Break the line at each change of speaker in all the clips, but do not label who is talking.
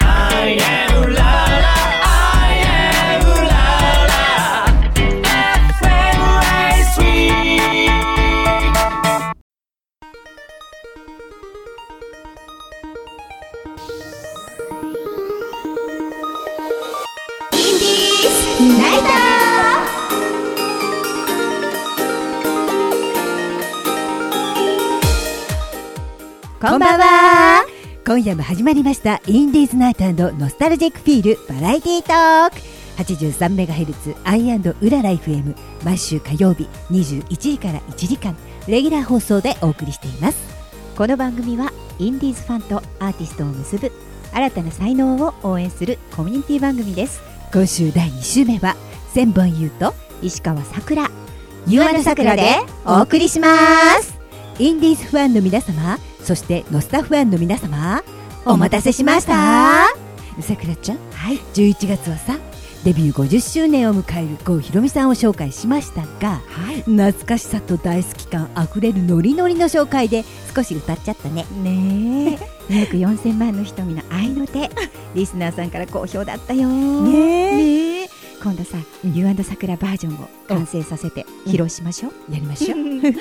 I am la la, I am la la. FM ライスウィーク
インディーズユナイタ
こんばんは今夜も始まりましたインディーズナイトノスタルジックフィールバラエティトーク 83MHz アイウララ FM 毎週火曜日21時から1時間レギュラー放送でお送りしていますこの番組はインディーズファンとアーティストを結ぶ新たな才能を応援するコミュニティ番組です今週第2週目は千本優と石川さくら u のさくらでお送りしますインディーズファンの皆様そしてノスタファンの皆様お待たせしましたさくらちゃん、はい、11月はさデビュー50周年を迎える郷ひろみさんを紹介しましたが、懐かしさと大好き感あふれるノリノリの紹介で少し歌っちゃったね
ねえ約4000万の瞳の愛の 手リスナーさんから好評だったよねえ今度さ「You and 桜」バージョンを完成させて披露しましょう、
やりましょう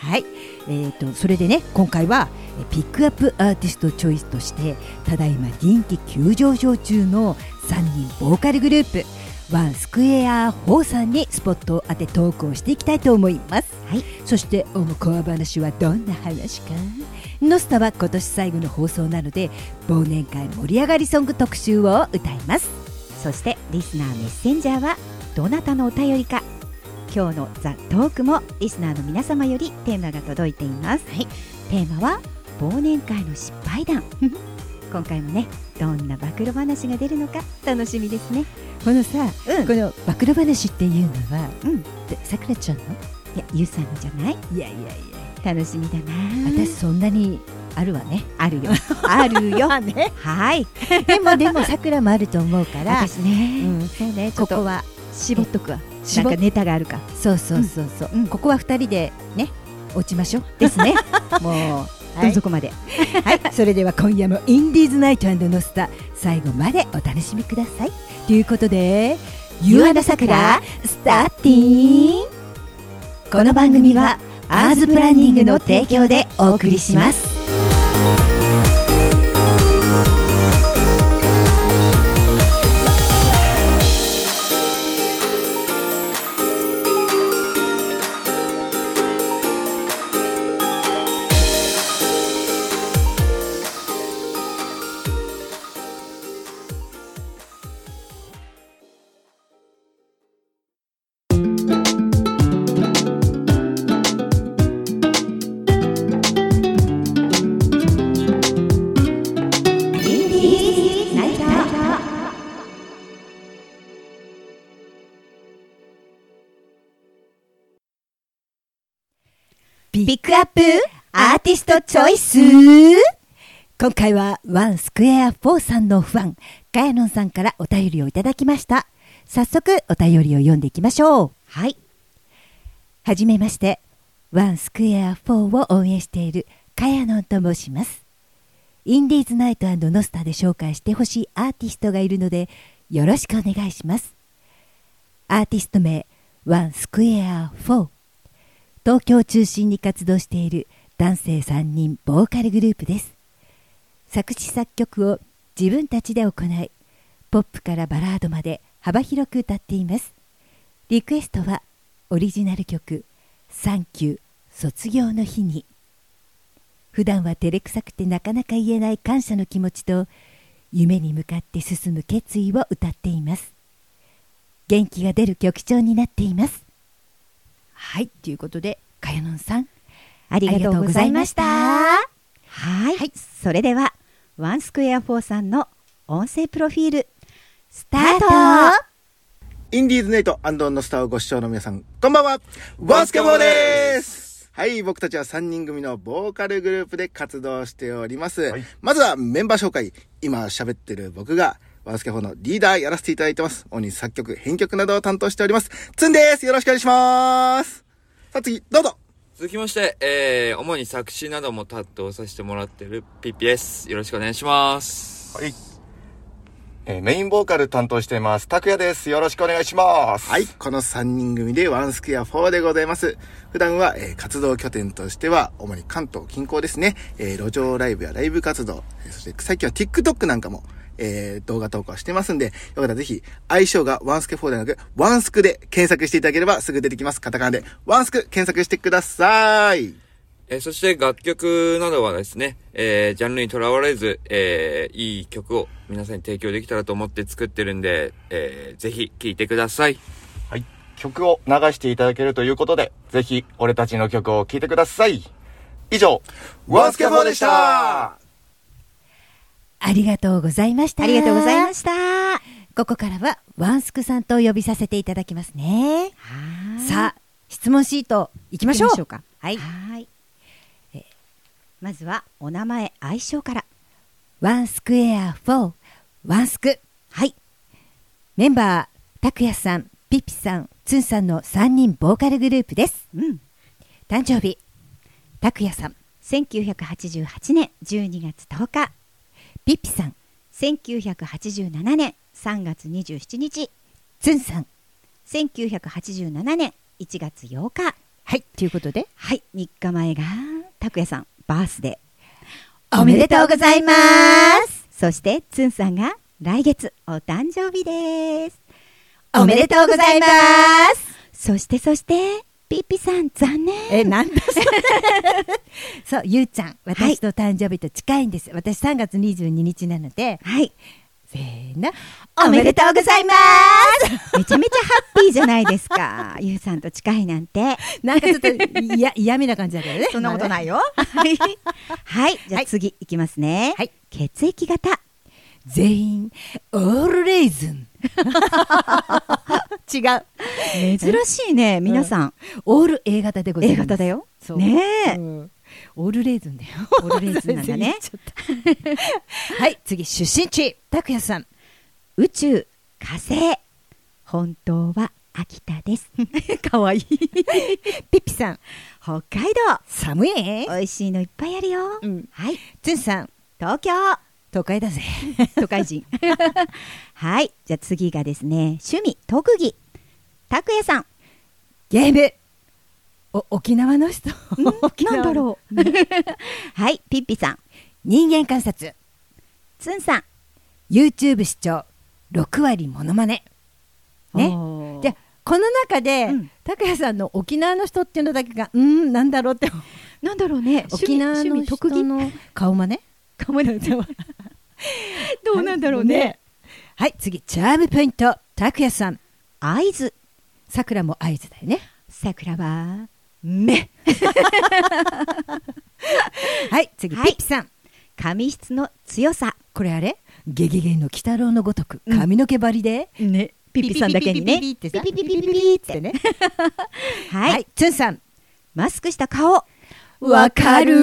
はい、えー、とそれでね今回はえーピックアップアーティストチョイスとしてただいま人気急上昇中の3人ボーカルグループワンスクエア4さんにスポットを当てトークをしていきたいと思います、はい、そしておもこわ話はどんな話かノスタは今年最後の放送なので忘年会盛り上がりソング特集を歌います
そしてリスナーメッセンジャーはどなたのお便りか今日の「ザ・トークもリスナーの皆様よりテーマが届いています、テーマは忘年会の失敗 談今回もねどんな暴露話が出るのか楽しみですね
このさ、
うん
この暴露話っていうのは、
うん
でさくらちゃんの
いやゆうさんのじゃない
いやいやいや
楽しみだな
私そんなにあるわね。
あるよ あるよ
ね、
はい
でもでもさくらもあると思うから、
私ね、
うん
そうねちょ
ここ
っ
とは
絞っとくわなん
絞っ
かネタがあるか
そうそうそうそう、
うん
ここは二人でね落ちましょう。
です ね
もう
どん底まで
はい、 それでは今夜もインディーズナイトノスタ最後までお楽しみください。ということで、ゆうあなさくらスターティン。この番組はアーズプランニングの提供でお送りします。ピックアップアーティストチョイス今回はワンスクエア4さんのファン、ガヤノンさんからお便りをいただきました。早速お便りを読んでいきましょう。はい。はじめまして、ワンスクエア4を応援しているガヤノンと申します。インディーズナイトノスタで紹介してほしいアーティストがいるので、よろしくお願いします。アーティスト名、ワンスクエア4。東京を中心に活動している男性3人ボーカルグループです作詞作曲を自分たちで行いポップからバラードまで幅広く歌っていますリクエストはオリジナル曲「サンキュー卒業の日に」普段は照れくさくてなかなか言えない感謝の気持ちと夢に向かって進む決意を歌っています元気が出る曲調になっていますはい、ということで、かやのんさん、
ありがとうございました
あ
はい、それではワンスクエア4さんの音声プロフィールスタート
インディーズネイトノスターをご視聴の皆さん、こんばんはワンスケボーですはい、僕たちは3人組のボーカルグループで活動しております。まずはメンバー紹介。今喋ってる僕が、ワンスケボーのリーダーやらせていただいてます。主に作曲、編曲などを担当しております。ツンですよろしくお願いしますさあ次、どうぞ
続きまして、えー、主に作詞なども担当させてもらってるピッピです。よろしくお願いします。
はい。えーメインボーカル担当しています、拓也です。よろしくお願いします。
はい、。この3人組でワンスクエア4でございます。普段は、えー活動拠点としては、主に関東近郊ですね、えー路上ライブやライブ活動、えーそして最近は TikTok なんかも、えー動画投稿してますんで、よかったらぜひ、相性がワンスク4ではなく、ワンスクで検索していただければすぐ出てきます。カタカナで、ワンスク検索してください。
えーそして楽曲などはですね、えージャンルにとらわれず、えーいい曲を皆さんに提供できたらと思って作ってるんで、えーぜひ聴いてください。
はい。曲を流していただけるということで、ぜひ、俺たちの曲を聴いてください。以上、ワンスケボーでした
ありがとうございました。
ありがとうございま
た。
した。は
ここからはワンスクさんとお呼びさせていただきますね。さあ、質問シート行きましょう。
行きましょうか。
はいい。
はい。えーまずは、お名前、愛称から。
ワンスクエア4、ワンスク。はい。メンバー、拓也さん、ピピさん、ツンさんの3人ボーカルグループです。
うん。
誕生日、拓也さん、
1988年12月10日、
ピピさん、
1987年3月27日、
ツンさん。
1987年1月8日。
はい。ということで、
はい、3日前が、拓也さん、バースデー。。
おめでとうございます
そして、つんさんが、来月、お誕生日です。
おめでとうございます。
そして、そして、ピッピさん、残念。
え、なんだそれ そう、ゆうちゃん、私の誕生日と近いんです。私3月22日なので、
はい、
せーの、
おめでとうござい
ます。
めちゃめちゃハッピーじゃないですか。 ゆうさんと近いなんて。
なんかちょっといや 嫌味な感じだけどね。い。
いよ。はい、はい、じゃあ次、いきますね。
はい
血液型。
全員オールレイズン。 違う。
珍しいね、皆さん。
オール A 型でござい
A
ます。
型だよ。
そう。
ねえ。
うんオールレイズンだよ。
オールレイズンなんだね
全然言っちゃった。はい、次出身地拓也さん。
宇宙火星本当は秋田です か わいい
ピッピさん。
北海
寒い。
道美味しいのいっぱいあるよ、
うん
はい
つんさん
東京
都会だぜ。
都会人 はいじゃあ次がですね趣味特技拓也さん
ゲーム。お沖縄の人。沖縄
なん
の
だろう はいピッピさん
人間観察。
つんさん
YouTube 視聴6割モノマネ。ね。
おー
じゃあこの中で
うん
拓也、さんの沖縄の人っていうのだけがうーんなんだろうって
なんだろうね
沖縄の人の顔真似
かもな んどうなんだろう
はい
ね
はい次チャームポイント拓也さん
合図
さくらも合図だよね
桜は目
はい次、
はい
ピッピさん
髪質の強さ
これあれゲゲゲの鬼太郎のごとく髪の毛張りで、
ね、ピ
ピピさんだけにね
ピピ
ピ
ピピ
ピ
ピ
ピピ
ピ
ピ
ピ
ピ
ピ
っ
っ
つって
て
ね
ね。
は
はい
い、、つんさん
マスクした顔。
わかる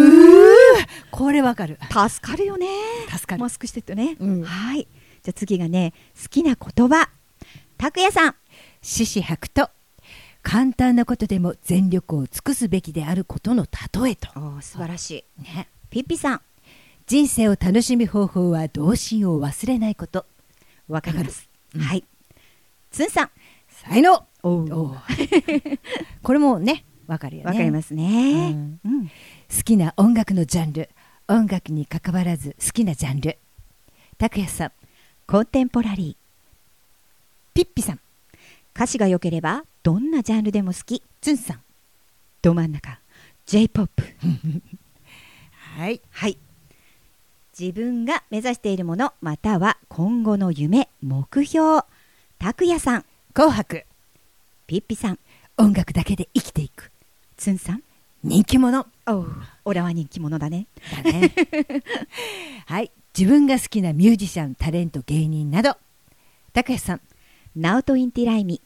これわかる
助かるよね。
助かる
マスクしてってね。
うん
はい。じゃあ次がね、好きな言葉。拓也さん。
獅子白と簡単なことでも全力を尽くすべきであることの例えと
お素晴らしい。
ね
ピッピさん。
人生を楽しむ方法は童心を忘れないこと
わかります。はい。つんさん。
才能
おう
おう これもねわかるよね
わかりますすね。
うん
うん
好きな音楽のジャンル音楽に関わらず好きなジャンル拓也さん
コンテンポラリー。
ピッピさん
歌詞が良ければ、どんなジャンルでも好き。
つんさん
ど真ん中。J-POP。
はい
はい。自分が目指しているもの、または今後の夢、目標。拓也さん、
紅白
ピッピさん、
音楽だけで生きていく
つんさん。
人気者
おう、オラは人気者だね。
だ ねはい自分が好きなミュージシャンタレント芸人など拓也さん
ナオトインティライミ。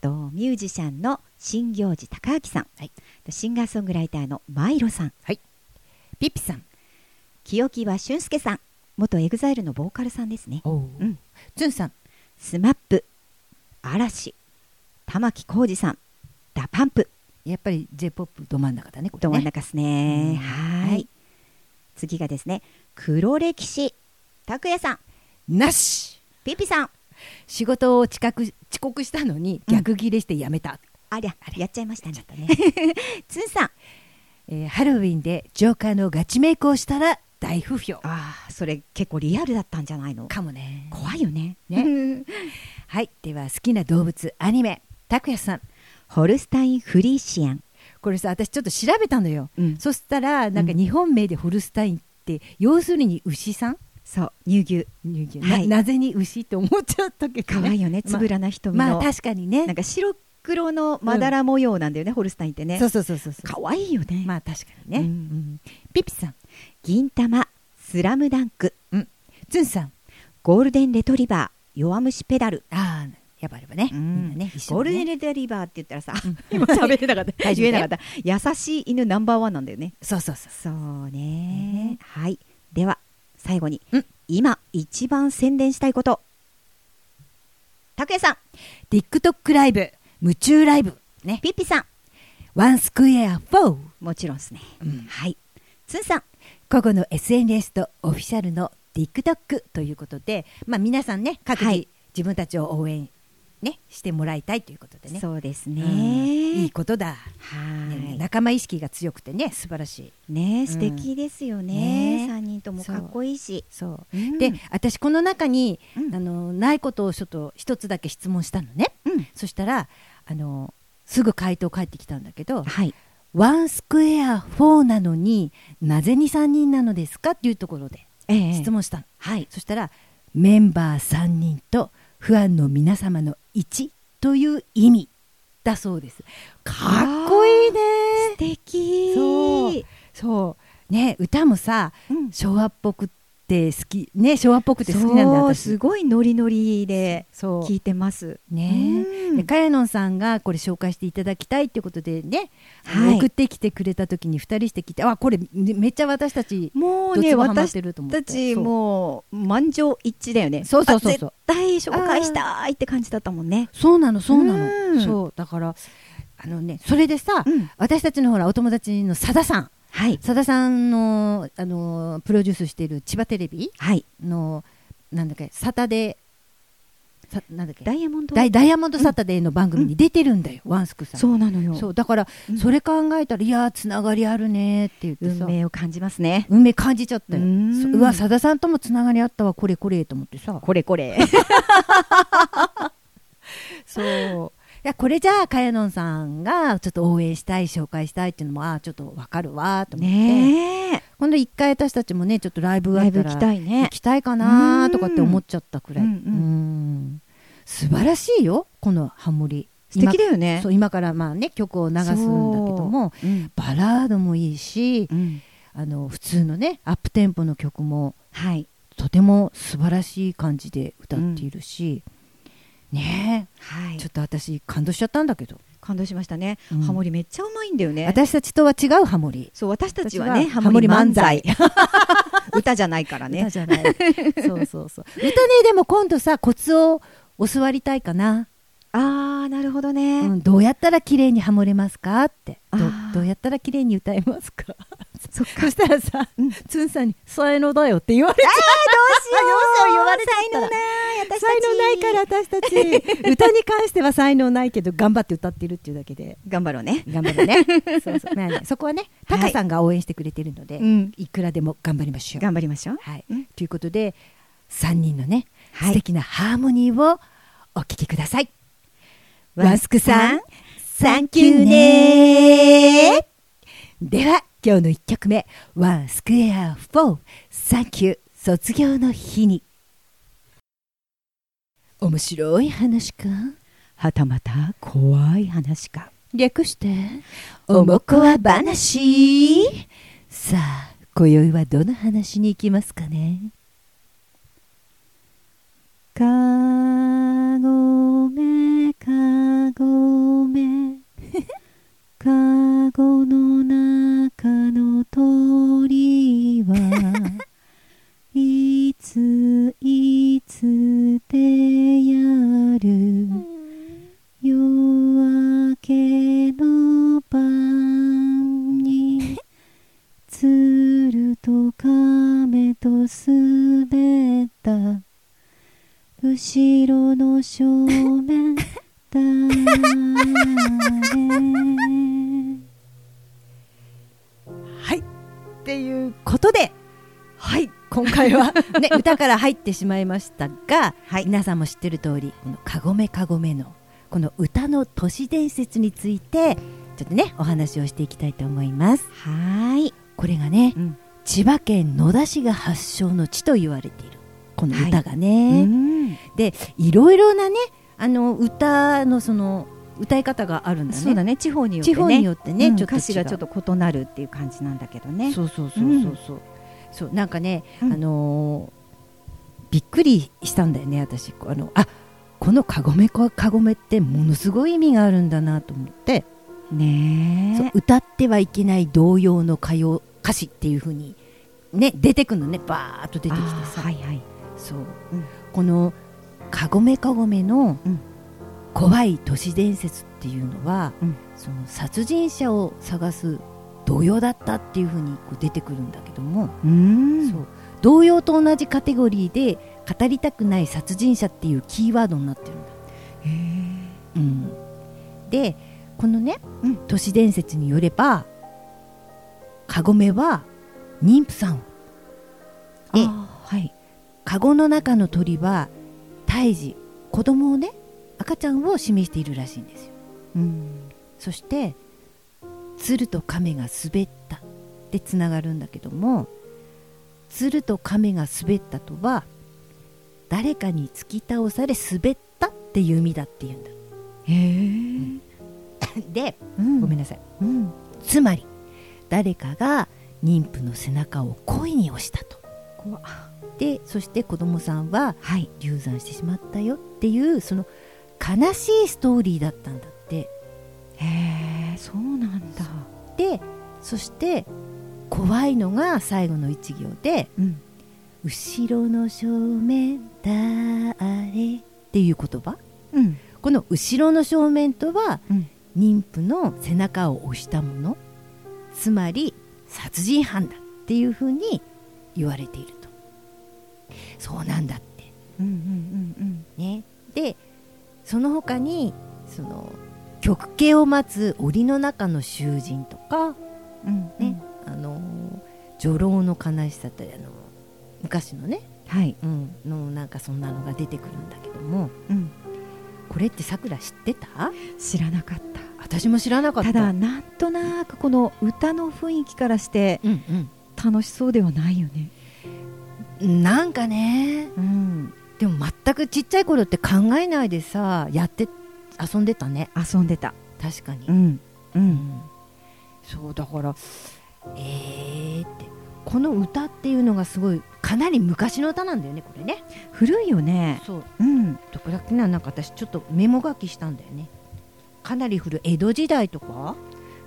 とミュージシャンの新行寺隆明さん、はい、シンガーソングライターのマイロさん、
ピッピさん
清木は俊介さん、元エグザイルのボーカルさんですね。
おう
うん
つんさん
スマップ、嵐、玉置浩二さん、ダパンプ。
やっぱり j p o p ど真ん中だねこれ
ど真ん
ね
中ですね。
うん
は
はい
い。次がですね、黒歴史。拓也さん、
なし
ピピさん
仕事を遅刻遅刻したのに逆ギレして辞めた、
ありゃやっちゃいましたね つんさん
えーハロウィンでジョーカーのガチメイクをしたら大不評
ああそれ結構リアルだったんじゃないの
かもね
怖いよね
ねはいでは好きな動物アニメたくやさん
ホルスタインフリーシアン
これさ私ちょっと調べたのよ、
うん
そしたらなんか
うん
日本名でホルスタインって、要するに牛さん
そう乳牛
乳牛
はい
ななぜに牛って思っちゃったけど、
可愛いよねつぶらな瞳の、
まあ確かにね
なんか白黒のまだら模様なんだよね、ホルスタインってね
そうそうそうそうそう
可愛いよね、
まあ確かにね、
うん
うんピピさん
銀玉スラムダンク
ズンさん
ゴールデンレトリバー弱虫ペダル
ああやっぱりね,、みんなね一緒
ゴールデン
ね
レトリバーって言ったらさ、 今喋れなかった
大丈夫
言
ね
えなかった優しい犬ナンバーワンなんだよね
そうそうそう
そうね、はいでは最後に、
うん
今一番宣伝したいこと拓也さん
TikTok ライブ夢中ライブね
ピッピさん
ワンスクエア4
もちろんですね、はいつんさん
個々の SNS とオフィシャルの TikTok ということで、まあ、皆さんね各
は
自
い
自分たちを応援、ね、してもらいたいということでね
そうですね、
うんいいことだ、ね
は
仲間意識が強くてね素晴らしい
いね素敵ですよ
ね
ね、三人ともかっこいいし
そう
う、ん
で私この中に、
うん
あのないことをちょっと一つだけ質問したのね、
うん
そしたらあのすぐ回答返ってきたんだけど
はい
「ワンスクエア4なのになぜに3人なのですか?」っていうところで
ええ
質問したの、
はい
そしたら「メンバー3人とファンの皆様の1という意味」だそうですかっこいいね
素敵
そうそうね歌もさ
うん
昭和っぽくて好きね昭和っぽくて好きなんだ
そう
私
すごいノリノリで
そう
聞いてます
ね
うん
でかやのんさんがこれ紹介していただきたいってことでね、あの
はい
送ってきてくれた時に2人して聞いてあこれめめっちゃ私たち
もう
どっ
ね
ちもハマっ
私
てると思って
たちもう満場一致だよね
そうそうそうそう
あ絶対紹介したいって感じだったもんね
そうなのそうなの、
うん
そうだからあのねそれでさ、
うん
私たちのほらお友達のさださん
はい
さださんのあのプロデュースしている千葉テレビ
はい
のなんだっけサタデーさなんだっけ
ダイヤモンド
ダイダイヤモンドサタデーの番組に出てるんだよ、ワンスクさん
そうなのよ
そうだから、
うん
それ考えたらいやーつながりあるねーって言ってさ
運命を感じますね
運命感じちゃったよ
う
う
ーん
わさださんともつながりあったわこれこれと思ってさ
これ これ
そういやこれじゃあかやのんさんがちょっと応援したい紹介したいっていうのもあーちょっとわかるわーと思って、
ねえ
今度一回私たちもねちょっとライブがあ
ラ
っ
イブ
た
行
ら
きたいね
行きたいかなーとかって思っちゃったくらい、
う
うんん
うん
素晴らしいよこのハモリ
素敵だよね
今そう今からまあね曲を流すんだけども
そううん
バラードもいいし、
うん
あの普通のねアップテンポの曲も
はい
とても素晴らしい感じで歌っているし、ね
は
え
い
ちょっと私感動しちゃったんだけど、
感動しましたね
うん
ハモリめっちゃうまいんだよね
私たちとは違うハモリ、
そう私たちはね
私は
ハモリ漫才 歌じゃないからね
歌じゃ ないそうそうそう歌ねでも今度さコツを教わりたいかな、
ああなるほど
う
ね
ん、どうやったら綺麗にハモれますかってど
あー
どうやったら綺麗に歌えます か
そっか
そしたらさ、つんさんに「才能だよ」って言われちゃう言われちゃったら
才能ない私たち
才能ないから私た ち歌に関しては才能ないけど頑張って歌ってるっていうだけで
頑張ろうね
頑張るね そうそうまあねそこはねタ
はい
カさんが応援してくれてるので、
うん
いくらでも頑張りましょう。
頑張りましょう
はい
うん
ということで3人のね、
はい
素敵なハーモニーをお聴きください。ワスクさんサンキューねでは今日の1曲目「ワンスクエア4サンキュー卒業の日に」面白い話か
はたまた怖い話か
略して「おもこわ話」さあ今宵はどの話に行きますかね
かごめかごめ かごの中の鳥はいついつでやる夜明けの晩に鶴と亀とス後ろの正面誰
はい。っていうことで、はい、今回は、 ね、歌から入ってしまいましたが、皆さんも知ってる通り、このかごめかごめの、この歌の都市伝説について、ちょっとね、お話をしていきたいと思います。
はい、
これがね、
うん
千葉県野田市が発祥の地と言われている、この歌がね。
うん
で、いろいろなね、あの、歌のその、歌い方があるんだね。
そうだね地方によって
地
ね
方によってね、
うん
ちょっと違う
歌詞がちょっと異なるっていう感じなんだけどね
そうそうそうそうそう。そうなんかね、
うん
あのーびっくりしたんだよね私あのあこのカゴメかカゴメってものすごい意味があるんだなと思って、そう
ね
歌ってはいけない童謡の歌謡歌詞っていう風にね出てくるのねバーッと出
え
てきて
あー
さ、
はいはい
そう、
うん
このカゴメカゴメの
うん
怖い都市伝説っていうのは、
うん
その殺人者を探す童謡だったっていう風にこう出てくるんだけども、
うん
そう同様と同じカテゴリーで語りたくない殺人者っていうキーワードになってるんだ、うん、でこのね、
うん
都市伝説によればカゴメは妊婦さんをで
あーはい
カゴの中の鳥は胎児子供をね赤ちゃんを示しているらしいんですよ
うん
そして鶴と亀が滑ったでつながるんだけども鶴と亀が滑ったとは誰かに突き倒され滑ったっていう意味だっていうんだ
へえ
で
うん
ごめんなさい
うん
つまり誰かが妊婦の背中を恋に押したと
怖っ
でそして子供さんは
はい
流産してしまったよっていうその悲しいストーリーだったんだって
へえそうなんだ
でそして怖いのが最後の一行で
うん
「後ろの正面だーれ」っていう言葉
うん
この「後ろの正面」とは
うん
妊婦の背中を押したものつまり殺人犯だっていうふうに言われているとそうなんだって
うんうんうん
ね、でその他にその極刑を待つ檻の中の囚人とか、
うんうん
ねあの女郎の悲しさってあの昔のね、
はい
うん、のなんかそんなのが出てくるんだけども
うん
これってさくら知ってた
知らなかった
私も知らなかった
ただなんとなくこの歌の雰囲気からして
うん
楽しそうではないよね
うん、なんかね
うん
でも全くちっちゃい頃って考えないでさやって遊んでたね
遊んでた
確かに
うんうん
そうだからえーってこの歌っていうのがすごいかなり昔の歌なんだよねこれね
古いよね
そう
うん
どこだっけななんか私ちょっとメモ書きしたんだよねかなり古い江戸時代とか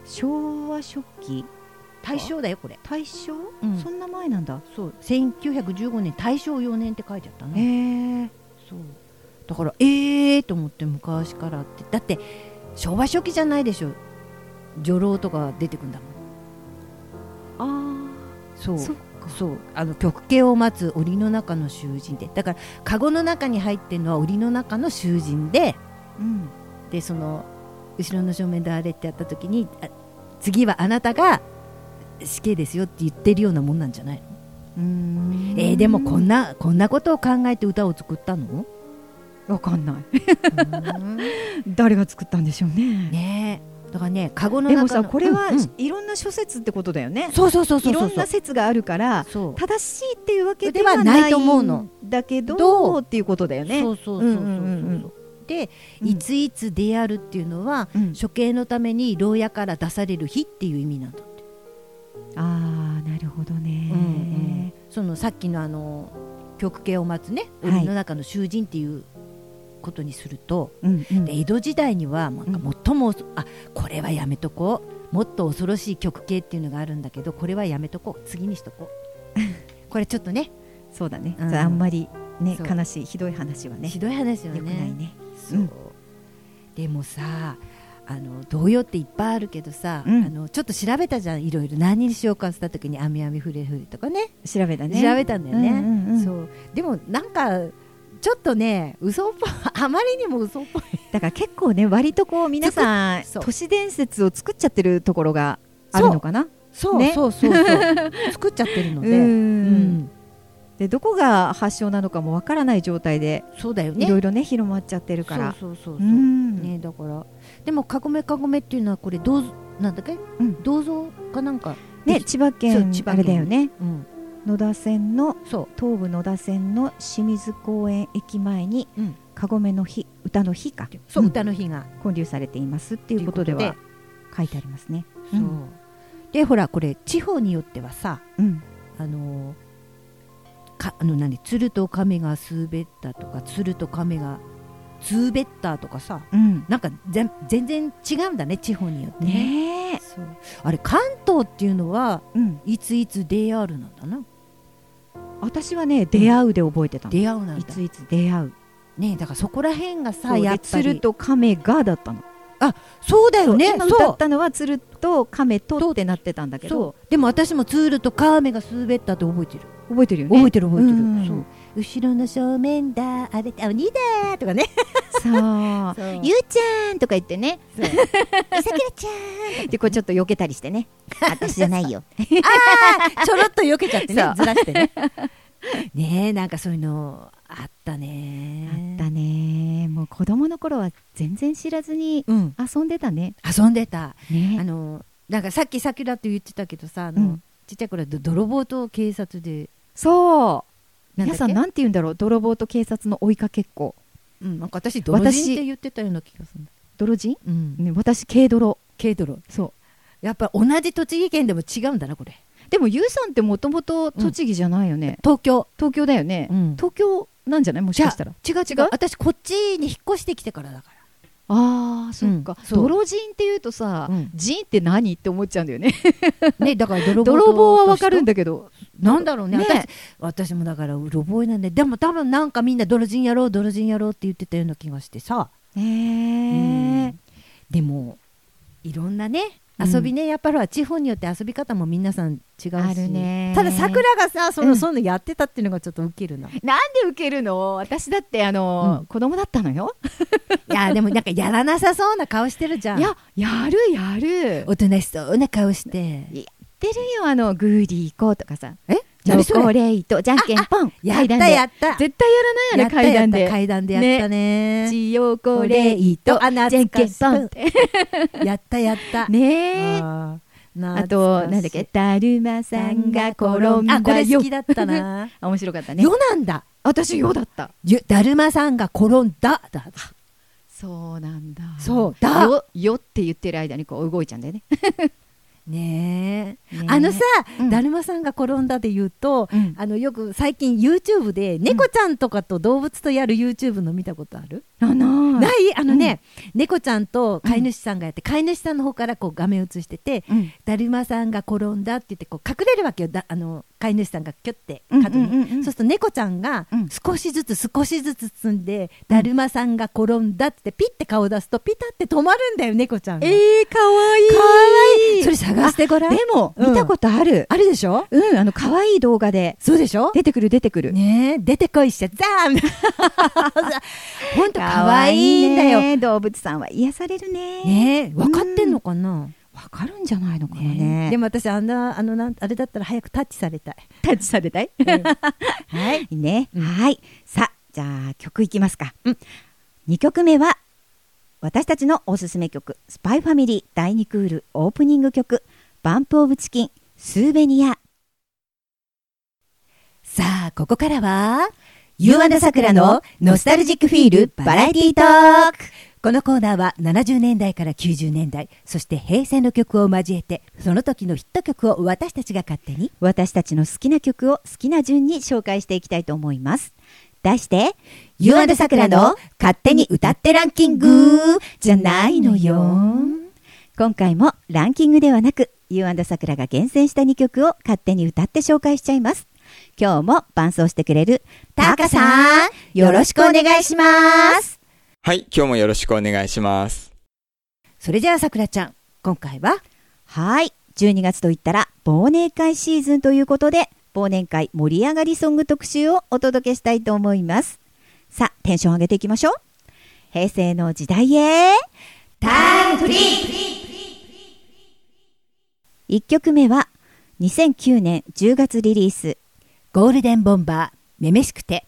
昭和初期
大正だよこれ
大正、
うん
そんな前なんだ
そう1915年大正4年って書いてあった
へ
ね
え
そうだからえーと思って昔からってだって昭和初期じゃないでしょ女郎とか出てくんだもん
ああ
そう
そっか
そうあの極刑を待つ檻の中の囚人でだから籠の中に入ってるのは檻の中の囚人で
うん
でその後ろの正面であれってやった時にあ次はあなたが死刑ですよって言ってるようなもんなんじゃないの、
うーん
えーでもこんなこんなことを考えて歌を作ったの
わかんない
うん
誰が作ったんでしょうね
ねえだからね籠の中の
でもさこれは、
うんうん
いろんな諸説ってことだよね
そうそうそうそうそう
ろんな説があるから
そう
正しいっていうわけで
で
は
は
ない
ないと思うの
だけど
どう
っていうことだよね
そうそうそうそうそう
うんうんうんうん
で、
うん
いついつ出会るっていうのは、
うん
処刑のために牢屋から出される日っていう意味なんだって、
ああなるほどね、
そのさっきのあの極刑を待つね
はい
檻の中の囚人っていうことにすると、
うんうん
で江戸時代にはなんか最も、あこれはやめとこうもっと恐ろしい極刑っていうのがあるんだけどこれはやめとこう次にしとこ うこれちょっとね
そうだね、
うん
じゃああんまりね
そう
悲しいひどい話はね
ひどい話よね
よくないね
そう、
うん
でもさあの童謡っていっぱいあるけどさ、
うん
あのちょっと調べたじゃんいろいろ何にしようかって言った時に「あみあみふれふれ」とかね
調べたね
調べたんだよね、
うんうんうん
そうでもなんかちょっとね嘘っぽい あまりにも嘘っぽい
だから結構ね割とこう皆さん
作っそう
都市伝説を作っちゃってるところがあるのかな
そう、
ね
そうそうそう 作っちゃってるの
う
で、
ん
うん
でどこが発祥なのかもわからない状態で
そうだよね
いろいろね広まっちゃってるから
そうそうそう
う
そう、
ん
ねだからでもかごめかごめっていうのはこれ銅像なんだっけ、
うん
銅像かなんか、
ね千葉
そ
県
う千葉
あ
県
れだよね
うん、
野田線の
そ
東武野田線の清水公園駅前に
う、うん、
かごめの日歌の日か
そう、
うん
歌の日が
建立されていますっていうことで
という
は
こ
書いてありますね。
そう、
うん
でほらこれ地方によってはさ
うん
あのーかあの何鶴と亀が滑ったとか鶴と亀がツーベッターとかさ
うん
なんか全全然違うんだね地方によってね
ねえ、
そうあれ関東っていうのは
うん、
いついつ DR なんだな
私はね出会うで覚えてたの、
出会うなん
い
だ
ついつ出会う
ねだからそこら辺が
そ
さ
う
や
で
っぱ
鶴
り
と亀がだったの、
そうだよね
今歌ったのは鶴と亀とってなってたんだけ
そ
ど
うでも私も鶴と亀が滑ったって覚えてる
覚えてるよね
覚えてる覚えてる、
うん
そう後ろの正面だあれだ鬼だとかね
そ
そ
う
う
ゆうちゃんとか言ってね
そう
さくらちゃんでこうちょっと避けたりしてね 私じゃない よ
ちょろっと避けちゃってね
そう
ずらしてね ねえなんかそういうのあったね
あったねもう子供の頃は全然知らずに
うん
遊んでたね
遊んでたあ
ね
のなんかさっきさくらって言ってたけどさあの、
うん
ちっちゃい頃はど泥棒と警察で
そう
なんだっけ
皆さんなんて言うんだろう泥棒と警察の追いかけっこ
うん、なんか私泥人って言ってたような気がするんだ、
泥人、
うん、
ね、私軽泥
軽泥
そ
やっぱ同じ栃木県でも違うんだなこれ
うでもゆうさんってもともと栃木じゃないよね、
東京
東京だよね、
うん
東京なんじゃないもしかしたら
違う違
違
う
う
私こっちに引っ越してきてからだか
あーそっか、
うんそう
泥人っていうとさ、
うん
人って何って思っちゃうんだよね
らねだから 泥棒
泥棒はわかるん
だ
だけど
なんだろうね
ね
私私もだからうろ覚えなんででも多分なんかみんな泥人やろう泥人やろうって言ってたような気がしてさ、
ね
うんでもいろんなね遊びね、やっぱりは地方によって遊び方も皆さん違うし
あるね
ただ桜がさその、
うん
そんなやってたっていうのがちょっとウケるな い
なんで受けるの私だってあの、
うん
子供だったのよ
やでもなんかやらなさそうな顔してるじゃん
いややるやる
おとなしそうな顔して
やってるよあのグーリー行こうとかさ
え
チ
何
ョ
そ
コ
れ
レートじゃんけんぽん
やっ
階段
た
で
やった
絶対やらないよね階段
やったやった
で
階段でやったね
チョコレート
あ懐かし
じゃ
い
んけんぽんって
やったやった
ねえ
あー
あ
懐かし
と
い
なんだっけだるまさんが転んだよ
あこれ好きだったな
あ 面白かったね
よなんだ
私よだった
ゆだるまさんが転んだだ
そうなんだ
そうだ
よよって言ってる間にこう動いちゃうんだよね
ねえ
ねえ
あのさ、
うん
だるまさんが転んだで言うと、
うん
あのよく最近 YouTube で猫ちゃんとかと動物とやる YouTube の見たことある、
あの
ないあのね、猫ちゃんと飼い主さんがやって、飼い主さんの方からこう画面映してて、
うん
だるまさんが転んだって言ってこう隠れるわけよだあの飼い主さんがキュッて
うんうん
角に、
うんうん
そうすると猫ちゃんが
うん
少しずつ少しずつ積んで、だるまさんが転んだってピッて顔を出すとピタって止まるんだよ猫ちゃんが。
えー、かわいい
かわいいそれ探してごらん
でも、
うん
見たことある
あるでしょ
うんあの可愛い動画で
そうでしょ
出てくる出てくる、
ねえ出てこいっしゃザーン ほんとかわいいんだよ。
よ動物さんは癒されるね
ねえ分かってんのかな、
わかるんじゃないのかなね
ねえでも私あんなあのなんあれだったら早くタッチされたい。
タッチされたい、はいね、はいさあじゃあ曲いきますか、うん、2曲目は私たちのおすすめ曲「スパイファミリー第2クール」オープニング曲「バンプ・オブ・チキンスーベニア
さあここからは「ゆうあなさくらのノスタルジックフィールバラエティートーク」このコーナーは70年代から90年代そして平成の曲を交えてその時のヒット曲を私たちが勝手に」
私たちの好きな曲を好きな順に紹介していきたいと思います題して「
You and 桜の
勝手に歌ってランキング」じゃないのよ今回もランキングではなく You and 桜が厳選した2曲を勝手に歌って紹介しちゃいます今日も伴奏してくれるタカさんよろしくお願いします
はい、今日もよろしくお願いします。
それじゃあさくらちゃん今回は
はい12月といったら忘年会シーズンということで忘年会盛り上がりソング特集をお届けしたいと思います
さあ、テンション上げていきましょう。平成の時代へ、タイムトリップ1曲目は、2009年10月リリース、
ゴールデンボンバー、めめしくて。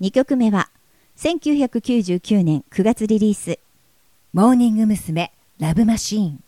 2曲目は、1999年9月リリース、
モーニング娘。ラブマシーン。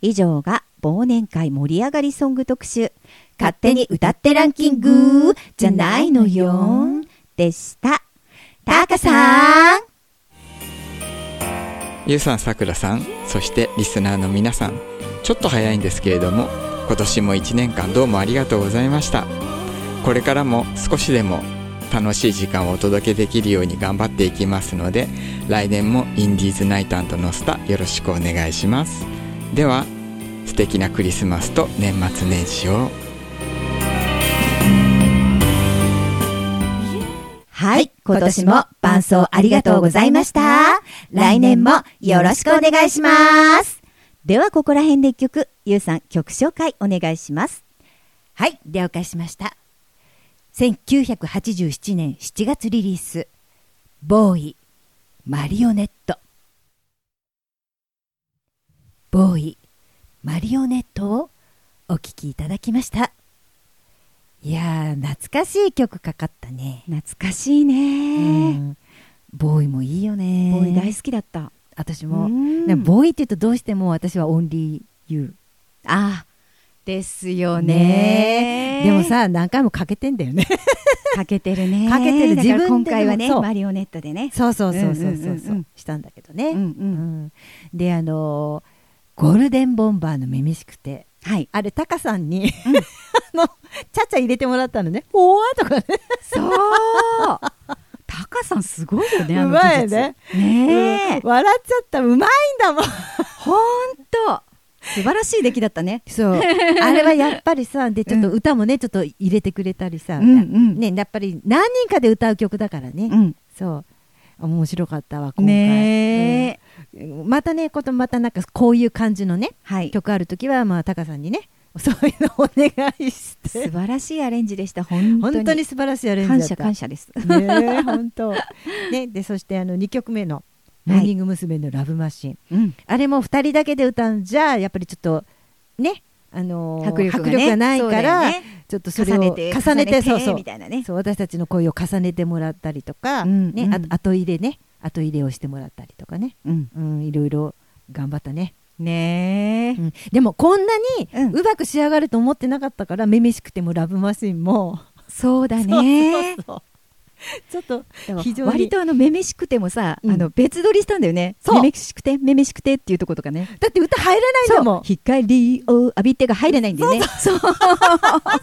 以上が忘年会盛り上がりソング特集
勝手に歌ってランキングじゃないのよ
でした
タカさん
ゆうさん、さくらさん、そしてリスナーの皆さん、ちょっと早いんですけれども、今年も1年間どうもありがとうございました。これからも少しでも楽しい時間をお届けできるように頑張っていきますので、来年もインディーズナイトノスタよろしくお願いします。では、素敵なクリスマスと年末年始を。
はい今年も伴奏ありがとうございました来年もよろしくお願いしますではここら辺で一曲ゆうさん曲紹介お願いします
はい、了解しました。1987年7月リリース、ボーイ、マリオネット。ボーイ、マリオネットをお聴きいただきました。いやー、懐かしい曲かかったね。
懐かしいね、
うんボーイもいいよね。
ボーイ大好きだった、
私
も
も。
う
でもボーイって言うとどうしても私はオンリーユ
あですよ
ー。
ね
でもさ、何回もかけてんだよね。
かけてるね
かけてる
だから
自分でも
今回はね
そう
マリオネットでね
そうそうそうそうそう,、
うんうんうんうん
したんだけどね、
うんうん
であのーゴールデンボンバーの「めめしくて
はい」
あれタカさんに、の、ちゃちゃ入れてもらったのね。おわーとかね。
そう。タカさんすごいよね。あ
う
の
まい
技術
ね。
ねえ
うん笑っちゃった。うまいんだもん。
ほんと。素晴らしい出来だったね。
そう。あれはやっぱりさ、で、ちょっと歌もね、ちょっと入れてくれたりさ、
うんうん
ね、やっぱり何人かで歌う曲だからね。
うん。
そう。面白かったわ、今回。
ねえ。
うんまたね、ことまたなんかこういう感じのね、
はい。
曲あるときは、まあ、タカさんにね、 そういうのお願いし
素
て。
晴らしいアレンジでした。本当に。
本当に素晴らしいアレンジだった
感謝感謝です。
ねえ本当。ね、で、そしてあの2曲目の、モーニング娘。のラブマシン。
うん。
あれも2人だけで歌うんじゃ、やっぱりちょっと、ね、あのー
迫力がね
ないから、
そうだよね
ちょっとそれを
重ねて
重ねてそうそう
みたいなね。
そう私たちの声を重ねてもらったりとか、
うん
ね
うん
あと後入れね後入れをしてもらったりとかね、
うん。
うん、いろいろ頑張ったね、
ね
うんでもこんなに
うん
うまく仕上がると思ってなかったから「めめしくてもラブマシンも
そうだね」。
ちょっと
でも
非常に
割とあの、めめしくてもさ、
うん
あの、別撮りしたんだよね。
そう
めめしくて、めめしくてっていうとことかね。
だって歌入らないんだもん
光を浴びてが入れ ないんだよね。そう。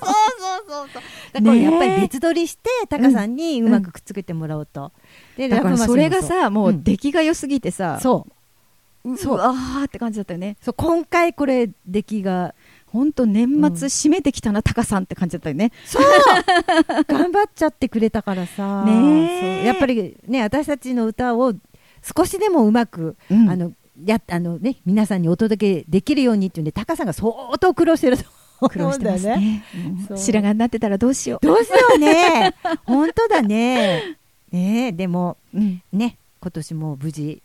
だからやっぱ
ねえ
り別撮りしてタカさんにうまくくっつけてもらおうと、で
だからそれが
ラ
さ、
ブ
も
マシ
う
ン
出来が良すぎてさ、
そう
う
そう
うわーって感じだったよね。
そう今回これ出来が
本当年
うん
末締めてきたな、タカさんって感じだったよね。
そう 頑張っちゃってくれたからさ
ねえ
そうやっぱりね私たちの歌を少しでもうまく、
うん
あのやあのね皆さんにお届けできるようにっていうんでタカさんが相当苦労してると思
苦労
う
し
ん
て
だ
ま
よ
す
ね。
ね。うん
そう
白髪になってたらどうしよう。
どうしようね本当だねねえでも
うん
ね今年も無事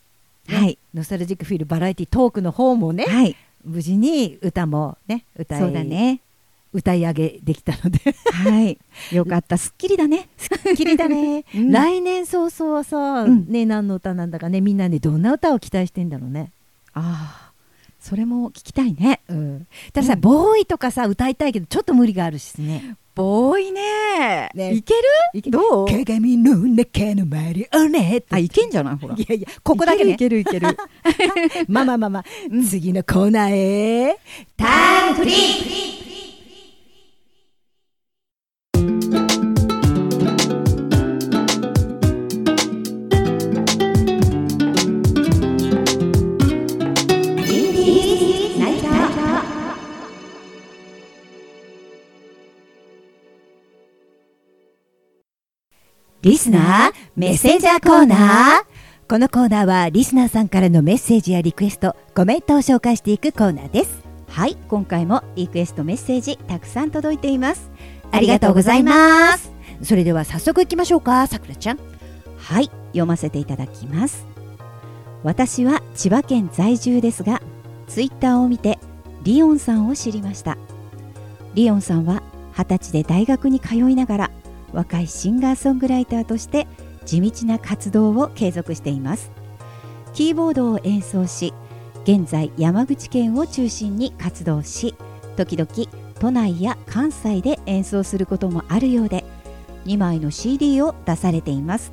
はい。
ノスタルジックフィールバラエティトークの方もね、
はい。
無事に歌もね歌い
そうだね。
歌い上げできた ので
はい。よかった。すっきりだね。
っきりだね、
うん
来年早々はさ、
うん
ね何の歌なんだかねみんなねどんな歌を期待してんだろうね、
ああ。それも聞きたいね。
うん、たださ、ボーイとかさ歌いたいけどちょっと無理があるしね
ボーイね
ね
いけるどう
鏡の中のマリオネット
あ、いけんじゃないほら。
いやいやここだけね
いけるいけ るいける。
まあまあまあまあ、次のコーナーへ
タイムフリー
リスナーメッセンジャーコーナーこのコーナーはリスナーさんからのメッセージやリクエストコメントを紹介していくコーナーです
はい。今回もリクエストメッセージたくさん届いています。
ありがとうございますそれでは早速いきましょうかさくらちゃん
はい、読ませていただきます。私は千葉県在住ですが、ツイッターを見てリオンさんを知りました。リオンさんは二十歳で大学に通いながら、若いシンガーソングライターとして地道な活動を継続しています。キーボードを演奏し、現在山口県を中心に活動し、時々都内や関西で演奏することもあるようで、2枚の CD を出されています。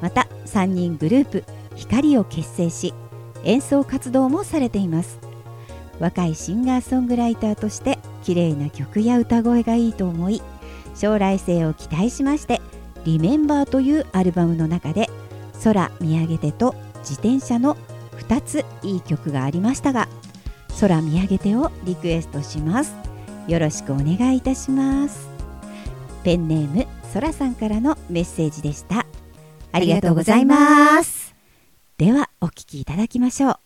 また3人グループ光を結成し演奏活動もされています若いシンガーソングライターとして綺麗な曲や歌声がいいと思い将来性を期待しまして「リメンバーというアルバムの中で「空見上げて」と「自転車」の2ついい曲がありましたが「空見上げて」をリクエストしますよろしくお願いいたしますペンネームそらさんからのメッセージでしたありがとうございます。では、お聞きいただきましょう。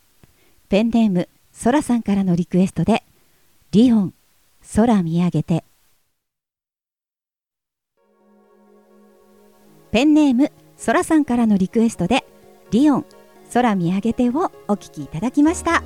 ペンネーム、そらさんからのリクエストで、リオン、空見上げて。ペンネーム、そらさんからのリクエストで、リオン、空見上げてをお聞きいただきました。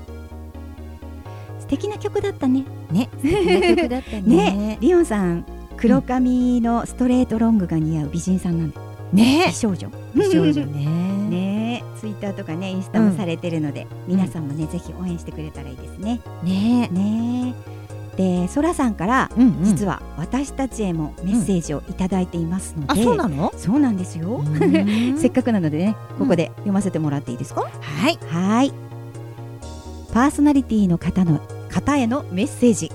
素敵な曲だったね。
ね、素敵な曲だった
ね
ね。
リオンさん、黒髪のストレートロングが似合う美人さんなんで、美
ね、
少女。
美少女ね。
ねえツイッターとかねインスタもされてるので、皆さんもねぜひ応援してくれたらいいですね。
ね、
ねえでそらさんから
うん、
実は私たちへもメッセージをいただいていますので、
あ、そうなの？
そうなんですよ、せっかくなのでねここで読ませてもらっていいですか、
はい、
はいパーソナリティの方の方へのメッセージ、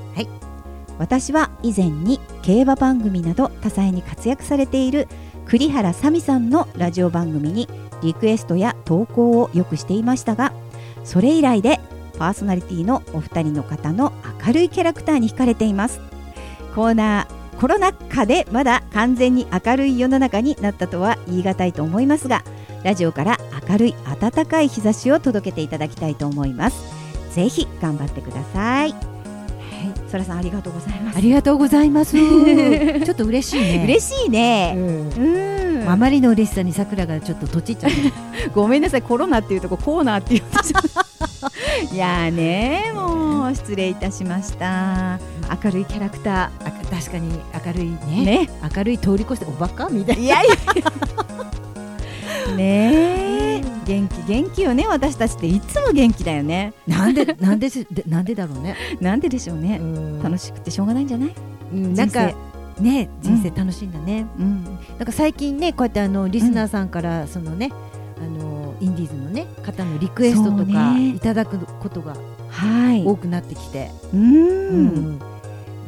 私は以前に競馬番組など多彩に活躍されている栗原さみさんのラジオ番組にリクエストや投稿をよくしていましたがそれ以来でパーソナリティのお二人の方の明るいキャラクターに惹かれていますコーナーコロナ禍でまだ完全に明るい世の中になったとは言い難いと思いますがラジオから明るい暖かい日差しを届けていただきたいと思いますぜひ頑張ってくださいはい、そらさんありがとうございます
ありがとうござい ますちょっと嬉しいね
嬉しいね
うん
うん
あまりの嬉しさに桜がちょっととちっちゃう
ごめんなさい、コロナっていうとこ、コーナーっていうとちょっと いやーねー、もう失礼いたしました。明るいキャラクタ
あ確かに明るい
ー。
ね
ね。
明るい通り越しておバカみたいない
やいや。ねえ、元気元気よね、私たちっていつも元気だよね。
なんでなんですでなんでだろうね
なんででしょうね。楽
し
しくてしょうがないんじゃない。
いなんか
人
ね人生
うん
楽しいんだね、
うん。
なんか最近ねこうやってあのリスナーさんからそのね、あのインディーズのね方のリクエストと
そう
か
ね
いただくことが
はい。
多
う
くなってきて、う
ー。
んん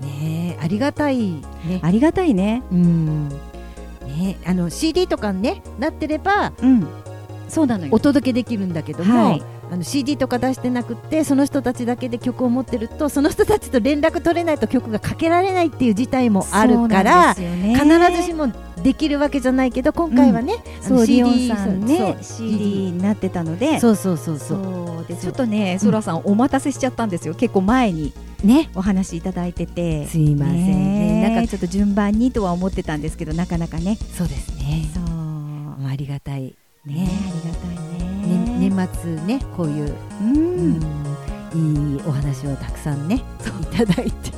ねえありがたいね
ありがたいね。
うんねあの CD とかねなってれば
うん。そうなのよ
お。届けできるんだけども、
はい
あの CD とか出してなくってその人たちだけで曲を持ってるとその人たちと連絡取れないと曲がかけられないっていう事態もあるから、
そうなんです
必
よね
ずしもできるわけじゃないけど今回はね、あの
そうリオ
CD
ンさんね
そう
CD になってたので
そうそうそうそう
そうで
そう
ちょっとねそらさんお待たせしちゃったんですよ結構前に
ね
お話いただいてて
すいませんね
ね
な
なんん
か
かちょっと順番にとは思ってたんですけどなかなかね
そうですね
そう
ありがたい
ね
ねね
ありがたいね
年末ねこういう、
う
う
ん
んいいお話をたくさんねいただいて、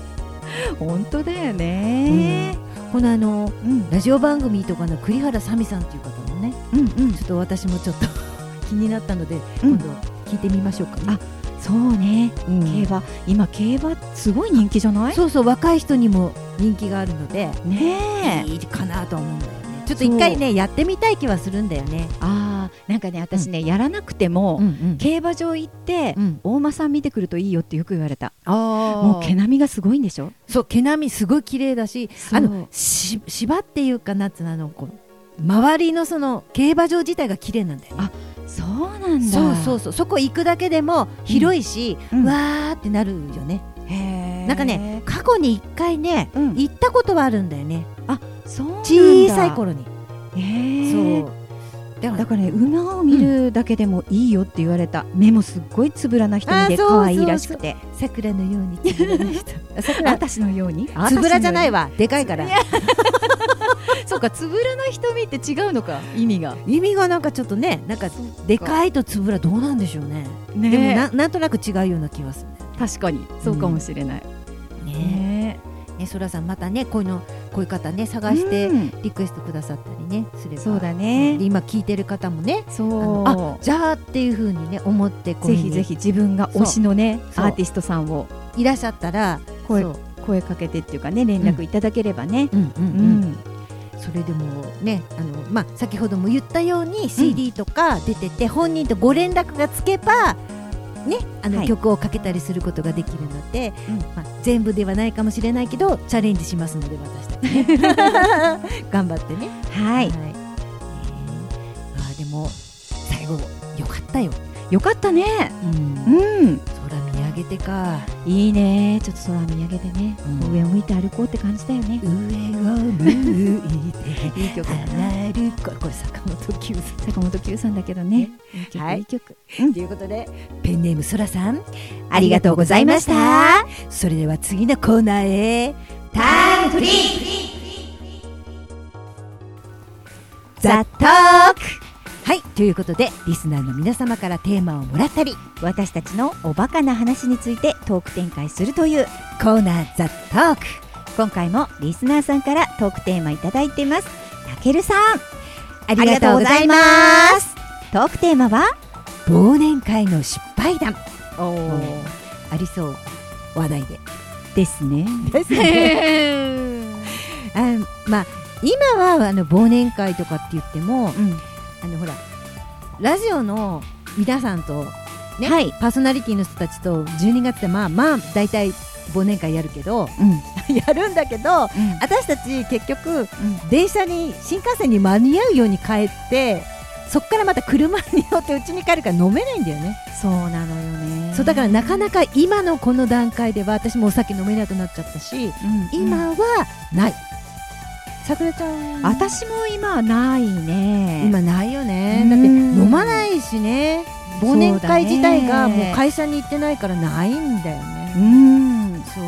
本当だよね
このあの
うん
ラジオ番組とかの栗原さみさんという方もね
うんうん
ちょっと私もちょっと 気になったので、
うん
今度聞いてみましょうかね、
そうね
うん
競馬今競馬すごい人気じゃない
そうそう若い人にも人気があるので、
ねえ
いいかなとは思うんだよねちょっと一回ねやってみたい気はするんだよね、
ああなんかね私ねやらなくても
ん
競馬場行って
うん、
大間さん見てくるといいよってよく言われた
あ
もう毛並みがすごいんでしょ
そう毛並みすごい綺麗だし
そう
あのし芝っていうかなつうのあのこう周りのその競馬場自体が綺麗なんだよね
そうなんだ
そうそうそうそこ行くだけでも広いし、
うん
わーってなるよね
へー
なんかね過去に一回ね
うん
行ったことはあるんだよね
そうなんだ
小さい頃に
へー
そうだから
だからね馬を見るだけでもいいよって言われた、目もすっごいつぶらな瞳
あ
で
そうそう
可愛いらしくて
桜のよ うにつぶらな人桜
私のように
つぶらじゃない
わ
わでかいから
いやそうかつぶらな瞳って違うのか意味が
意味がなんかちょっとねなんかでかいとつぶらどうなんでしょうね
ね
でもななんとなく違うような気がする
確かにそうかもしれない、
ねねそらさんまたねこういうのこういう方ね探して
うん
リクエストくださったりねすれば
そうだね
で今聞いてる方もね
そ
あ
う
のあじゃあっていうふうにね思ってこう
ぜひぜひ自分が推しのね
そう
アーティストさんを
いらっしゃったら
声
そう
声かけてっていうかね連絡いただければね、
うんう
うんん
うんそれでもねあの、まあ、先ほども言ったように CD とか出てて、本人とご連絡がつけば、ね、あの
はい
曲をかけたりすることができるので、
うん
まあ、全部ではないかもしれないけどチャレンジしますので私たち、ね、 頑張ってね。
はい
ねえまあ、でも最後よかったよ。
よかったね
うん、
うん
空見上げてか
いいねちょっと空見上げてね、
うん
上を向いて歩こうって感じだよね
上を向い て
いい曲だね
離るこれこれ坂本九さん
坂本九さんだけどねいい曲、
はい
い曲
ということでペンネームそらさん
ありがとうございました
それでは次のコーナーへ
タイムフリー
ザ・トークはいということでリスナーの皆様からテーマをもらったり
私たちのおバカな話についてトーク展開するという
コーナーザ・トーク
今回もリスナーさんからトークテーマいただいていますたけるさん
あ
ありがとうございますトークテーマは
忘年会の失敗談
お
ありそう話題で
ですね
ですね あまあ今はあの忘年会とかって言っても
うん
あのほらラジオの皆さんとね
はい
パーソナリティの人たちと12月ってまあまあ大体忘年会やるけど
うん
やるんだけど私たち結局電車に新幹線に間に合うように帰ってそこからまた車に乗って家に帰るから飲めないんだよね、
そうなのよね
そうだからなかなか今のこの段階では私もお酒飲めなくなっちゃったし今はないさくらちゃん
私も今はないね
今ないよね
うん
だって飲まないしね忘年会自体が
そうだね
もう会社に行ってないからないんだよね
うん
そう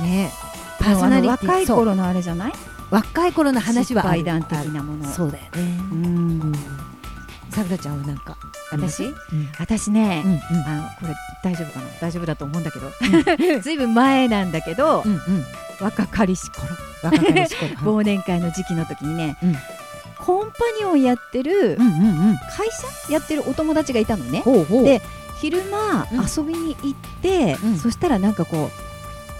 ねパ
パ
ー
ーソ
ソ
ナ
ナ
リ
リ
テ
テ
ィ
ィ
若い
そう
頃のあれじゃない
若い頃の話はある
失敗談的なもの
あるそうだよね
うん
さくらちゃんはなんか
私
うん
私ね、
うん
あのこれ大丈夫かな大丈夫だと思うんだけ どずいぶん前なんだけど、
うんうんうん
若かりし頃
若かりし頃
忘年会の時期の時にね、
うん
コンパニオンやってる
うんうんうん
会社やってるお友達がいたのね
ほうほう
で昼間
うん
遊びに行って、
うん
そしたらなんかこ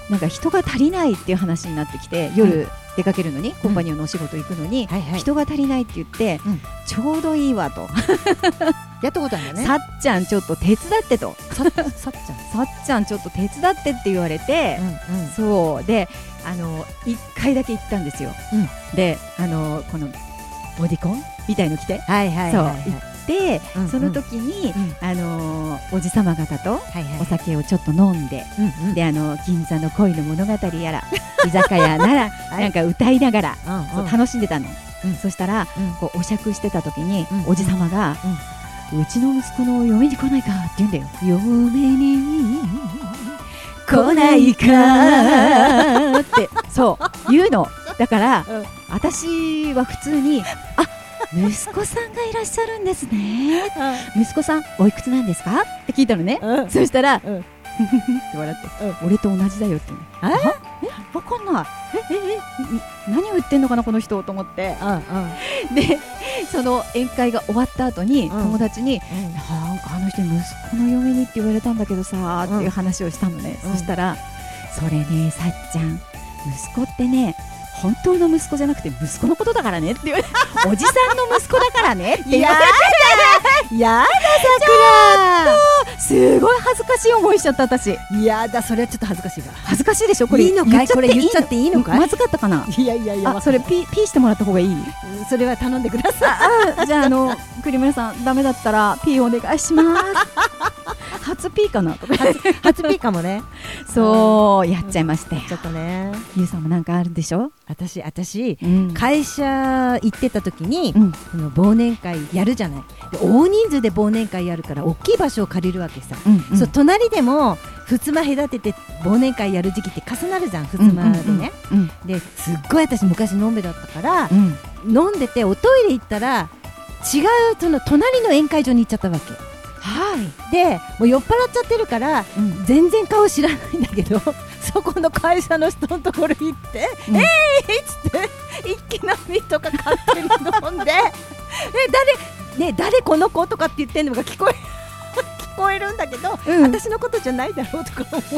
うなんか人が足りないっていう話になってきて夜出かけるのに、コンパニオンのお仕事行くのに、
はいはい
人が足りないって言って、
うん
ちょうどいいわと、
やったことあるんだね
さっちゃんちょっと手伝ってと
ささっちゃん
さっちゃんちょっと手伝ってって言われて、
うんうん
そうであの1回だけ行ったんですよ、であのこのボディコンみたいの着て
はいはいはいはい
そうで、
うんうん
その時に、
うん
あのおじ様方と
はいはい
お酒をちょっと飲んで、
うんうん
であの銀座の恋の物語やら居酒屋な ら、
い
なんか歌いながら、
うん
そううん楽しんでたの、
うん
そしたら、
うん
こうお酌してた時に、
うん
おじ様が、うちの息子の嫁に来ないかって言うんだよ嫁に来ないかってそう言うのだから、
うん
私は普通にあ息子さんがいらっしゃるんですね息子さんおいくつなんですかって聞いたのね、
うん
そしたら、
うん
って笑って、俺と同じだよって
え
言うのあえわかんないえええん何を言ってんのかなこの人と思って
うんうん
でその宴会が終わった後に、
ん
友達になんかあの人に息子の嫁にって言われたんだけどさっていう話をしたのね、
うん
そしたらそれねさっちゃん息子ってね本当の息子じゃなくて息子のことだからねって言われて おじさんの息子だからねって言われて
や
すごい恥ずかしい思いしちゃった私
だやだそれはちょっと恥ずかしいから
恥ずかしいでしょこれ
いいのかいこれ言っちゃ
ゃ
っていいのかい
まずかったかない
やいやいや
あそれ
わか
ピピーしてもらった方がいい
んないそれは頼んでください
あ じゃああの栗村さんダメだったら P お願いし ます初 P かなとか
初ピーかも ね
そうやっちゃいましたよ
ちょっとね
ゆうさんもなんかあるんでしょ
私私
うん
会社行ってた時に、
うん
その忘年会やるじゃないで大人数で忘年会やるから大きい場所を借りるわけさ、
うんうん
そう隣でも襖隔てて忘年会やる時期って重なるじゃん襖でね、
うん
ですっごい私昔のんべだったから
う、ん
飲んでておトイレ行ったら違うその隣の宴会場に行っちゃったわけ
はい
でもう酔っ払っちゃってるから、
うん
全然顔知らないんだけど そこの会社の人のところ行って「
うん
えー!」っつって一気飲みとか勝手に飲んで え誰、ね、誰この子とかって言ってんのが聞こえ 聞こえるんだけど、
うん
私のことじゃないだろうとか思って、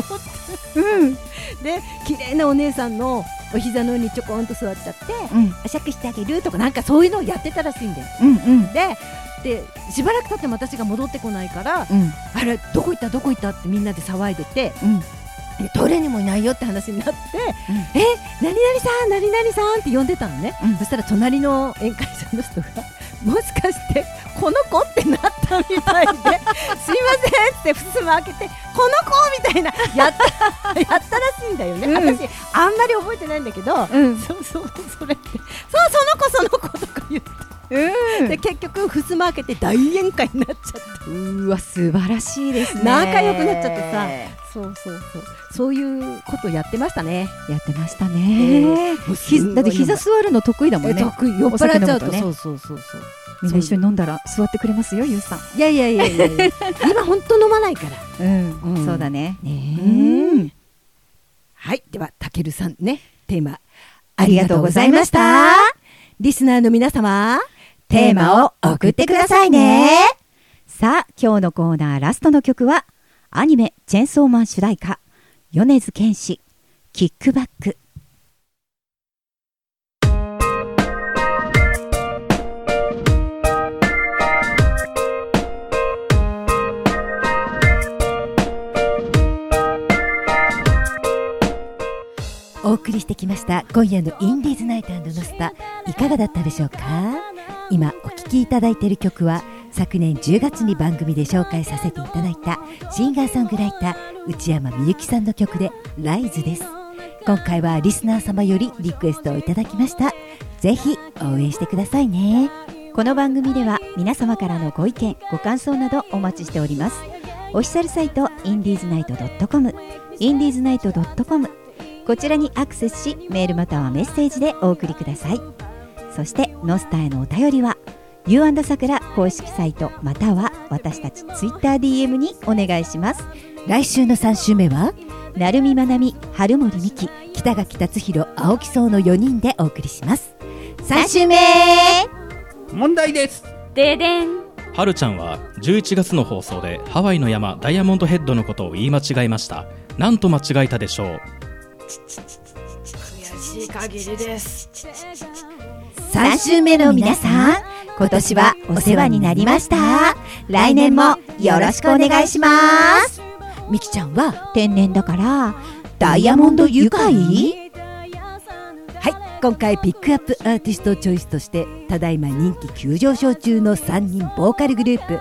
で綺麗なお姉さんのお膝の上にちょこんと座っちゃって。
うん
あ酌してあげるとかなんかそういうのをやってたらしいんだよ
うんうん
ででしばらく経っても私が戻ってこないから
うん
あれどこ行ったどこ行ったってみんなで騒いでて
うん
でトイレにもいないよって話になって、
うん
え何々さん何々さんって呼んでたのね、
うん
そしたら隣の宴会場の人がもしかしてこの子ってなった みたいですいませんってふすま開けてこの子みたいなやったやったらしいんだよね、
うん
私あんまり覚えてないんだけど、
うん
そうそうそれってそうその子その子とか言って、で結局ふすま開けて大宴会になっちゃって。
うわ素晴らしいですね
仲良くなっちゃってさそうそうそう。そういうことやってましたね。
やってましたね
もうす
ひ
んごい
だって膝座るの得意だもん
え
ね
得意酔っ
お酒
払っちゃう
飲
と
むとね
そうそうそうそう。
みんな一緒に飲んだら座ってくれますよゆうさん
いやいやいやいやいや。今本当飲ま ないから。
うん、
うん
そうだね
うん。はい、ではたけるさんねテーマあり
り
が
が
と
と
う
う
ご
ご
ざ
ざ
い
い
ま
ま
し
したた。
リスナーの皆様テーマを送ってくださいね。
さあ、今日のコーナーラストの曲は、アニメ、チェンソーマン主題歌、米津玄師、キックバック。
介してきました今夜のインディーズナイトノスタいかがだったでしょうか今お聴きいただいている曲は昨年10月に番組で紹介させていただいたシンガーソングライター内山みゆきさんの曲で「ライズです今回はリスナー様よりリクエストをいただきましたぜひ応援してくださいね
この番組では皆様からのご意見ご感想などお待ちしておりますオフィシャルサイト indiesnight.com indiesnight.com こちらにアクセスしメールまたはメッセージでお送りくださいそしてノスタへのお便りは u さくら公式サイトまたは私たち TwitterDM にお願いします
来週の3週目は
なるみまなみ春森美希
北垣達弘青木荘の4人でお送りします3週目
問題です
ででん
はるちゃんは11月の放送でハワイの山ダイヤモンドヘッドのことを言い間違えましたなんと間違えたでしょう
悔しい限りです
3週目の皆さん今年はお世話になりました来年もよろしくお願いしますみきちゃんは
天然だから
ダイヤモンド愉快はい今回ピックアップアーティストチョイスとしてただいま人気急上昇中の3人ボーカルグループ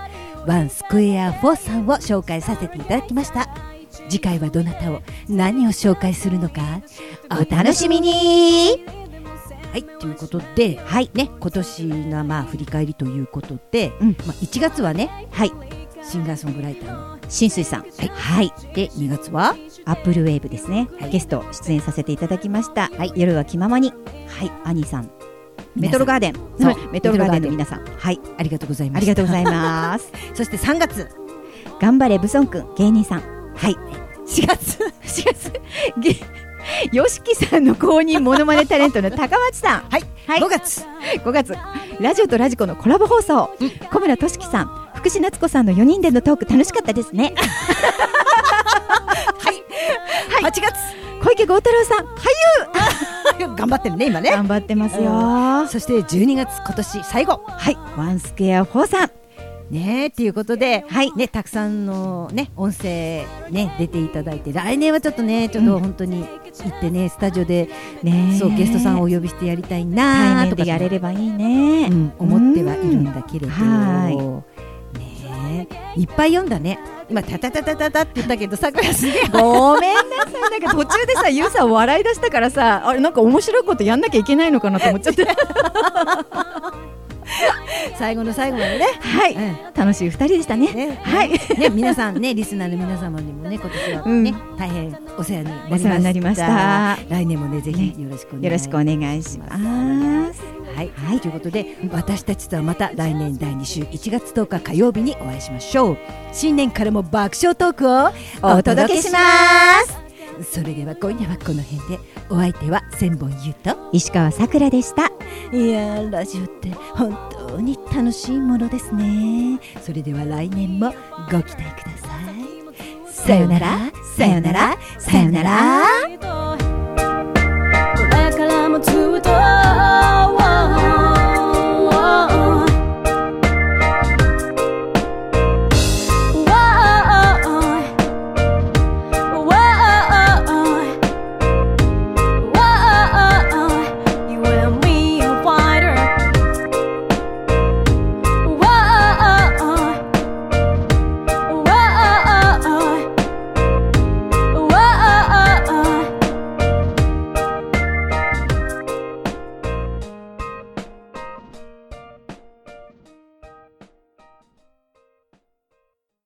ワンスクエア4さんを紹介させていただきました次回はどなたを何を紹介するのかお楽しみにはいということで、はいね、今年のまあ振り返りということで、
うん
まあ、1月はね、
はい、
シンガーソングライターの
しんすいさんはい、
で2月は
アップルウェーブですね、
はい
ゲスト出演させていただきました、夜は気ままにはいアニーさんメトロガーデン
そう
そうメトロガーデンの皆さんはい
ありがとうございま
あ
す
りがとうございます
そして3月
頑張れブソンくん芸人さんはい
4月
4月 げよしきさんの公認モノマネタレントの高町さんはい、
5月
5月ラジオとラジコのコラボ放送、小村俊樹さん福士夏子さんの4人でのトーク楽しかったです ねはい、8月小池剛太郎さん俳
頑張ってるね今
優
ね
頑張ってますよは
そして12月今年最後
いワンスケア4さん
ねえっていうことで、
はい
ね、たくさんの、ね、音声、ね、出ていただいて来年はちょっとねちょっと本当に行ってね、スタジオで、
ねえ
そうゲストさんをお呼びしてやりたいな
対
ー
面
とか
でやれればいいね、
うん、思ってはいるんだけれど、
うんは
ねえいっぱい読んだね今タタタタタタって言ったけどさくらす げえごめん
なんか途中でさゆうさん笑い出したからさあれなんか面白いことやんなきゃいけないのかなと思っちゃって
最後の最後までね
はい、
う
楽しい2人でしたね
ね
はい
ね、皆さんね、リスナーの皆様にもね、今年はね、大変お世話になりました。
お世話になりました
来年もね、ぜひよろしくお願い、
よろしくお願いします
はい、ということで、私たちとはまた来年第2週1月10日火曜日にお会いしましょう。新年からも爆笑トークをお届けします。それでは今夜はこの辺で、お相手は千本優と。
石川さくらでした
いやーラジオって本当に楽しいものですねそれでは来年もご期待くださいさよならさよならさよなら
これからもずっと